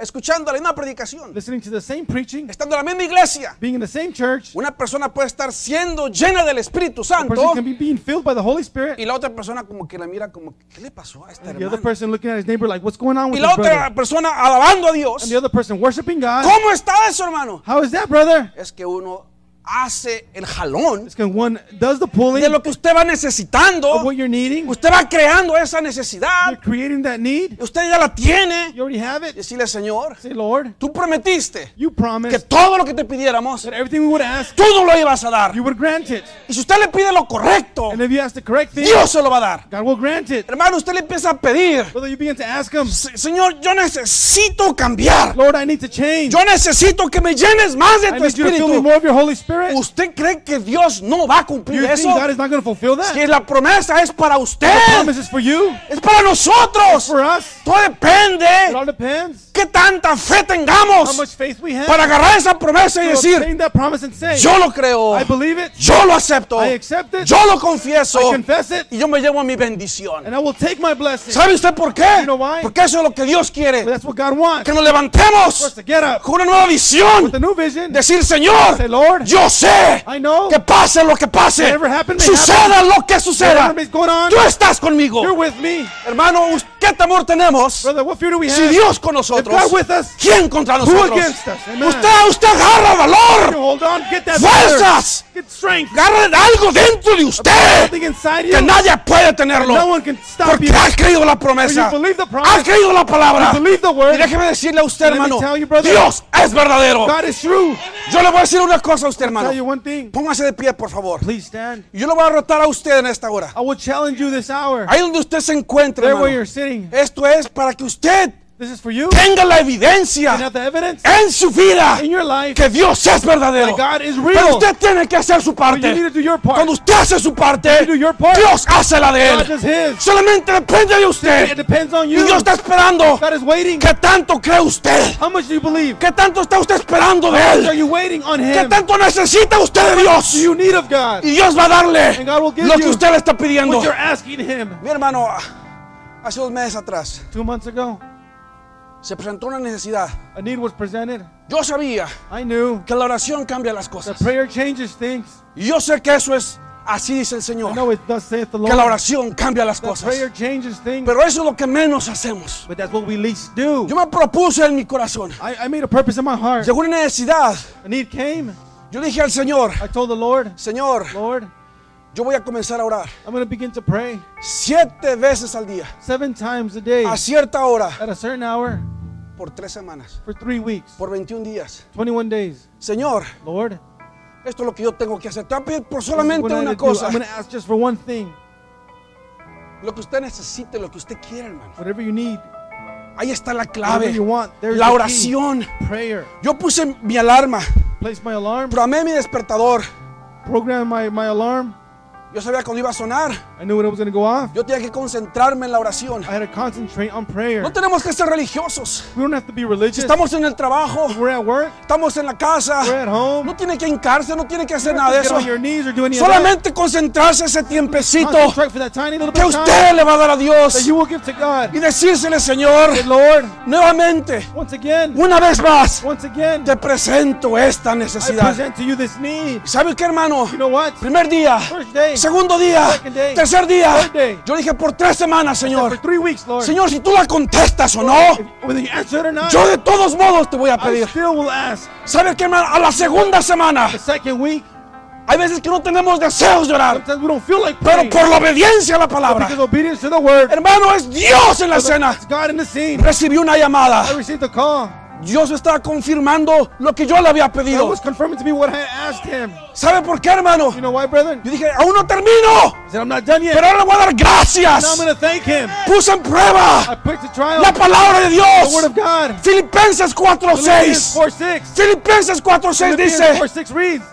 A: escuchando la misma predicación,
B: listening to the same preaching,
A: estando en la misma iglesia.
B: being in the same church.
A: Una persona puede estar siendo llena del Espíritu
B: The
A: Santo
B: person can be being filled by the Holy Spirit.
A: y la otra persona como que la mira como, ¿qué le pasó a esta
B: The other
A: hermana?
B: person looking at his neighbor like, what's going
A: Y
B: on with
A: la
B: this
A: otra
B: brother?
A: persona alabando a Dios.
B: And the other person worshiping God.
A: ¿Cómo está eso, hermano?
B: How is that, brother?
A: Es que uno hace el jalón
B: It's because one does the pulling
A: de
B: of
A: lo que usted va necesitando.
B: what you're needing.
A: Usted va creando esa
B: You're
A: necesidad.
B: creating that need.
A: y Usted ya la tiene.
B: You already have
A: Y
B: it.
A: Decirle, Señor,
B: Say, Lord,
A: tú prometiste
B: you
A: que
B: promised
A: todo lo que te pidiéramos,
B: that everything we would ask,
A: tú no lo ibas a dar.
B: you would grant it.
A: Y si usted le pide lo correcto,
B: And if you ask the correct thing,
A: Dios se lo va a dar.
B: God will grant it.
A: Hermano, usted le empieza a pedir,
B: Brother, you begin to ask Him,
A: "Se- Señor, yo necesito cambiar.
B: Lord, I need to change.
A: Yo necesito que me llenes más de
B: I
A: tu
B: need you to fill me
A: espíritu.
B: more of your Holy Spirit.
A: ¿Usted cree que Dios no va a cumplir
B: You think
A: eso?
B: God is not going to fulfill that?
A: Que la promesa es para
B: The
A: usted,
B: promise is for you,
A: es para nosotros.
B: for us.
A: Todo
B: It
A: depende
B: all depends
A: qué tanta fe
B: how
A: tengamos
B: much faith we have
A: para agarrar esa promesa y
B: to
A: decir,
B: obtain that promise and say,
A: yo lo creo,
B: I believe it,
A: yo lo acepto,
B: I accept it,
A: yo lo confieso
B: I confess it,
A: y yo me llevo a mi bendición.
B: and I will take my blessing.
A: ¿Sabe usted por qué?
B: You know why?
A: Porque eso es lo que Dios quiere.
B: But that's what God wants
A: Que nos
B: for us
A: levantemos
B: to get up
A: con una nueva
B: with a
A: visión.
B: new vision.
A: Decir, Señor,
B: Say, Lord,
A: yo sé
B: I know
A: que pase lo que pase,
B: Whatever happened may
A: suceda lo que suceda,
B: whatever is going on,
A: tú estás conmigo.
B: you're with me.
A: Hermano, ¿qué temor tenemos?
B: Brother, what fear do we
A: Si
B: have?
A: Dios con nosotros,
B: God with us,
A: ¿quién contra nosotros?
B: against us? Amen.
A: Usted, usted agarra
B: You
A: valor,
B: hold on, get that
A: fuerzas,
B: power, get strength,
A: agarra algo dentro de usted
B: something inside you.
A: que nadie puede
B: No
A: tenerlo.
B: one can stop
A: Porque
B: you.
A: ha creído la promesa,
B: You believe the
A: ha
B: promise,
A: creído la palabra.
B: you believe the
A: Y
B: word.
A: déjeme decirle a usted,
B: me
A: hermano,
B: tell you, brother.
A: Dios es verdadero.
B: God is true.
A: Yo le voy a decir una cosa a usted,
B: Tell you
A: hermano.
B: one thing.
A: Póngase de pie, por favor.
B: Please stand.
A: Yo lo voy a rotar a usted en esta hora.
B: I will challenge you this hour.
A: Ahí donde usted se encuentre,
B: There where
A: hermano.
B: you're sitting.
A: Esto es para que usted
B: This is for you.
A: tenga la
B: And
A: evidencia
B: have the evidence
A: en su vida
B: in your life
A: que Dios es verdadero.
B: that God is
A: Pero
B: real.
A: usted tiene que hacer su
B: But you need to
A: parte.
B: do your part.
A: Cuando usted hace su parte,
B: do your part.
A: Dios hace la de
B: God does
A: él.
B: his.
A: Solamente depende de
B: It
A: usted.
B: depends on
A: Y
B: you.
A: Dios está esperando.
B: God is waiting.
A: ¿Qué tanto cree usted?
B: How much do you believe?
A: ¿Qué tanto está usted esperando de
B: Are
A: él?
B: you waiting on
A: ¿Qué
B: him?
A: tanto necesita usted de
B: Do
A: Dios?
B: you need of God?
A: Y Dios va a darle
B: And God will give
A: lo que
B: you
A: usted le está pidiendo.
B: What you're asking him.
A: Mi hermano, hace dos meses atrás
B: Two months ago,
A: se presentó una necesidad.
B: a need was presented.
A: Yo sabía
B: I knew
A: que la oración cambia las
B: that
A: cosas.
B: prayer changes things.
A: Y yo sé que eso es así, dice el
B: I
A: Señor.
B: know it does saith the
A: Que la
B: Lord.
A: oración cambia las
B: That
A: cosas.
B: prayer changes things.
A: Pero eso es lo que menos hacemos.
B: But that's what we least do.
A: Yo me propuse en mi corazón.
B: I, I made a purpose in my heart.
A: Llegó una necesidad.
B: A need came.
A: Yo dije al Señor,
B: I told the Lord,
A: Señor,
B: Lord,
A: yo voy a comenzar a orar
B: I'm going to begin to pray
A: siete veces al día,
B: seven times a day
A: a cierta hora,
B: at a certain hour
A: por tres semanas,
B: for three weeks,
A: por 21 días.
B: 21 days.
A: Señor,
B: Lord,
A: esto es lo que yo tengo que hacer. Te voy a pedir por
B: this is what
A: solamente
B: I'm
A: una
B: gonna do.
A: cosa.
B: I'm going to ask just for one thing.
A: Lo que usted necesite, lo que usted quiera, hermano.
B: Whatever you need,
A: Ahí está la clave.
B: whatever you want, there's
A: La
B: the key.
A: oración.
B: prayer.
A: Yo puse mi alarma,
B: Place my alarm,
A: programé mi despertador,
B: program my, my alarm,
A: Yo sabía cuando iba a sonar.
B: I knew when it was going to go off.
A: Yo tenía que concentrarme en la oración.
B: I had to concentrate on prayer.
A: No tenemos que ser religiosos.
B: We don't have to be religious.
A: Estamos en el trabajo,
B: We're at work.
A: estamos en la
B: We're
A: casa.
B: at home.
A: No tiene que hincarse, no tiene que hacer
B: You
A: nada
B: don't
A: de
B: have to get
A: eso.
B: on your knees or do any of that.
A: Solamente concentrarse ese tiempecito
B: Concentrate for that tiny little
A: que
B: bit of time
A: usted le va a dar a
B: that
A: Dios
B: you will give to God.
A: y decírsele, Señor,
B: Say, Lord,
A: nuevamente,
B: once again,
A: una vez más,
B: once again,
A: te presento esta
B: I
A: necesidad.
B: present to you this need.
A: ¿Sabe qué, hermano?
B: You know what?
A: Primer día,
B: First day,
A: segundo día,
B: Second day.
A: tercer día.
B: Third day.
A: Yo dije por tres semanas,
B: for
A: Señor.
B: three weeks, Lord.
A: Señor, si tú la contestas o no,
B: If- whether you answer it or not,
A: yo de todos modos te voy a
B: I
A: pedir.
B: still will ask.
A: ¿Sabe qué, hermano? A la segunda semana,
B: The second week,
A: hay veces que no tenemos deseos de orar,
B: sometimes we don't feel like
A: pero
B: praying
A: por la obediencia a la palabra.
B: because obedience to the word.
A: Hermano, es Dios en la escena.
B: It's God in the scene.
A: Recibí una llamada.
B: I received a call.
A: Dios estaba confirmando lo que yo le había
B: That
A: pedido.
B: was confirming to me what I had asked him.
A: ¿Sabe por qué, hermano?
B: You know why, brethren?
A: Yo dije, aún no termino,
B: He said, I'm not done yet.
A: pero ahora le voy a dar
B: now I'm
A: gracias.
B: going to thank him.
A: Puse en
B: I
A: prueba
B: put the trial.
A: la palabra de
B: the word
A: Dios.
B: of God.
A: Filipenses 4:6.
B: 4 6.
A: Filipenses 4:6 dice,
B: 4 6 reads,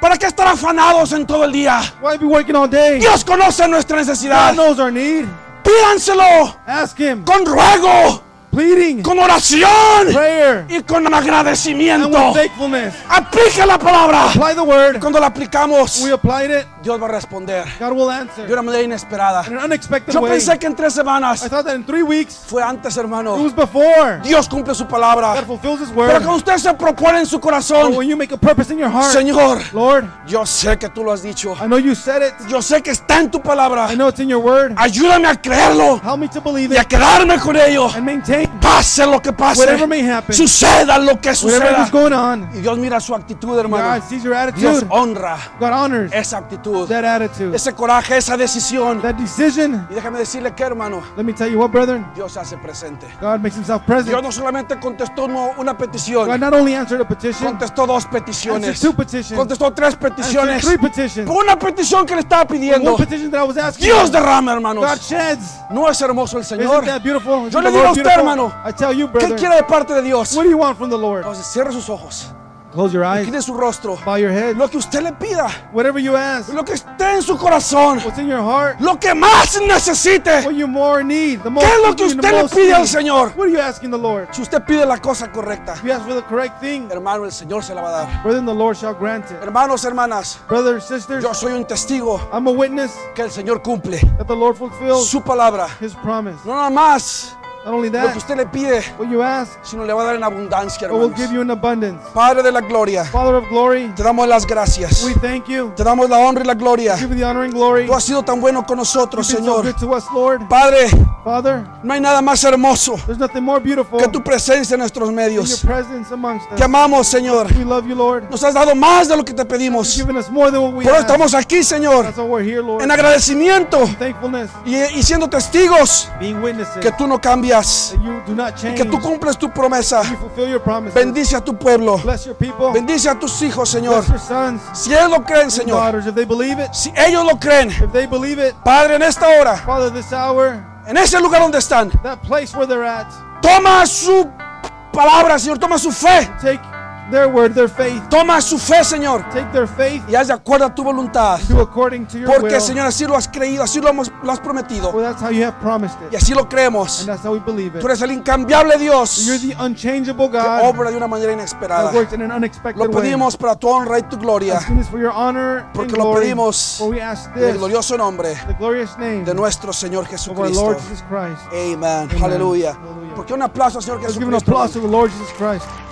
A: ¿para qué estar afanados en todo el día?
B: Why be working all day?
A: Dios conoce nuestra necesidad.
B: God knows our need.
A: Pídanselo
B: Ask him.
A: con ruego,
B: Pleading,
A: con oración
B: prayer,
A: y con
B: and
A: agradecimiento.
B: with thankfulness.
A: Aplica la palabra.
B: Apply the word.
A: Cuando la aplicamos,
B: We applied it.
A: Dios va a responder
B: God will
A: de
B: answer
A: una manera inesperada.
B: in an unexpected
A: Yo
B: way.
A: pensé que en tres
B: I
A: semanas
B: thought that in three weeks,
A: fue antes,
B: it
A: hermano.
B: was before.
A: Dios cumple su
B: God
A: palabra.
B: fulfills his
A: Pero cuando
B: word.
A: usted se propone en su
B: But
A: corazón,
B: when you make a purpose in your heart,
A: Señor,
B: Lord,
A: yo sé que tú lo has dicho.
B: I know you said it.
A: Yo sé que está en tu palabra.
B: I know it's in your word.
A: Ayúdame a creerlo
B: Help me to believe
A: y a
B: it
A: quedarme con ello.
B: and maintain
A: Pase lo que pase.
B: whatever may happen,
A: Suceda lo que
B: whatever
A: suceda.
B: is going on.
A: Y Dios mira su actitud,
B: God
A: hermano.
B: sees your
A: Dios
B: attitude.
A: honra
B: God honors
A: esa actitud,
B: that attitude,
A: ese coraje, esa decisión.
B: that decision.
A: Y déjame decirle que, hermano,
B: Let me tell you what, brethren,
A: Dios se hace presente.
B: God makes himself
A: Dios
B: present.
A: no solamente contestó uno- una
B: God
A: petición,
B: not only answered a petition,
A: contestó dos
B: answered
A: peticiones,
B: two petitions,
A: contestó tres
B: answered
A: peticiones.
B: three petitions.
A: Por una petición que le estaba
B: One
A: pidiendo,
B: petition that I was asking,
A: Dios derrama,
B: God
A: hermanos.
B: sheds.
A: No es hermoso el
B: Isn't
A: Señor.
B: that
A: Yo
B: beautiful? Isn't
A: le
B: the
A: digo
B: Lord
A: a usted,
B: beautiful?
A: hermano,
B: I tell you,
A: ¿Qué
B: brethren,
A: quiere de parte de Dios?
B: what do you want from the Lord?
A: Entonces cierre sus ojos,
B: Close your eyes,
A: incline su rostro.
B: bow your head.
A: Lo que usted le pida,
B: Whatever you ask,
A: lo que esté en su corazón,
B: what's in your heart,
A: lo que más necesite.
B: what you more need, the most.
A: ¿Qué es lo que
B: you- the
A: usted le
B: most
A: pide al
B: need.
A: Señor?
B: What are you asking the Lord?
A: Si usted pide la cosa correcta,
B: If you ask for the correct thing,
A: hermano, el Señor se la va a dar.
B: brethren, the Lord shall grant it.
A: Hermanos, hermanas,
B: Brothers, sisters,
A: yo soy un testigo
B: I'm a witness
A: que el Señor cumple
B: that the Lord fulfills
A: su palabra.
B: His promise.
A: No nada más
B: Not only
A: lo que
B: that,
A: usted le pide,
B: what you ask,
A: sino le va a dar en abundancia,
B: I will
A: hermanos.
B: give you in abundance.
A: Padre de la gloria,
B: Father of glory,
A: te damos las gracias.
B: we thank you.
A: Te damos la honra y la gloria.
B: Give you the honor and glory.
A: Tú has sido tan bueno con
B: You've
A: nosotros,
B: been so
A: Señor.
B: good to us, Lord.
A: Padre,
B: Father,
A: no hay nada más hermoso
B: there's nothing more beautiful
A: que
B: than
A: tu presencia en nuestros
B: your
A: medios.
B: presence amongst
A: Te
B: us.
A: amamos, Señor.
B: We love you, Lord.
A: Nos has dado más de lo que te pedimos.
B: You've given us more than what we
A: Por eso
B: asked.
A: estamos aquí, Señor,
B: That's why we're here, Lord.
A: en agradecimiento
B: Thankfulness,
A: y, y siendo testigos
B: being witnesses
A: que tú no cambias,
B: that you do not change.
A: que tú cumples tu promesa.
B: You fulfill your promises.
A: Bendice a tu pueblo,
B: Bless your people.
A: bendice a tus hijos, Señor.
B: Bless your sons,
A: Si ellos lo creen, Señor,
B: daughters, if they believe it.
A: si ellos lo creen,
B: If they believe it,
A: Padre, en esta hora,
B: Father, this hour,
A: en ese lugar donde están,
B: that place where they're at,
A: toma su palabra, Señor, toma su fe,
B: take their word, their faith,
A: toma su fe, Señor,
B: take their faith,
A: y haz de acuerdo a tu voluntad.
B: do according to your
A: Porque,
B: will.
A: Señor, así lo has creído, así lo, hemos- lo has
B: for
A: prometido,
B: that's how you have promised
A: y
B: it.
A: así lo
B: And
A: creemos.
B: that's how we believe it.
A: Tú eres el incambiable Dios
B: You're the unchangeable
A: que
B: God
A: obra de una manera
B: that
A: inesperada.
B: works in an
A: Lo
B: unexpected way.
A: pedimos para tu honra y tu gloria,
B: Asking this for your honor
A: Porque
B: and
A: lo
B: glory.
A: pedimos
B: for we ask
A: en el
B: this,
A: glorioso nombre
B: the glorious name
A: de nuestro Señor
B: of our
A: Jesucristo.
B: Lord Jesus Christ.
A: Amén.
B: Amen.
A: Aleluya.
B: Aleluya.
A: Porque un aplauso al Señor
B: Let's give an
A: Jesucristo.
B: applause to the Lord Jesus Christ.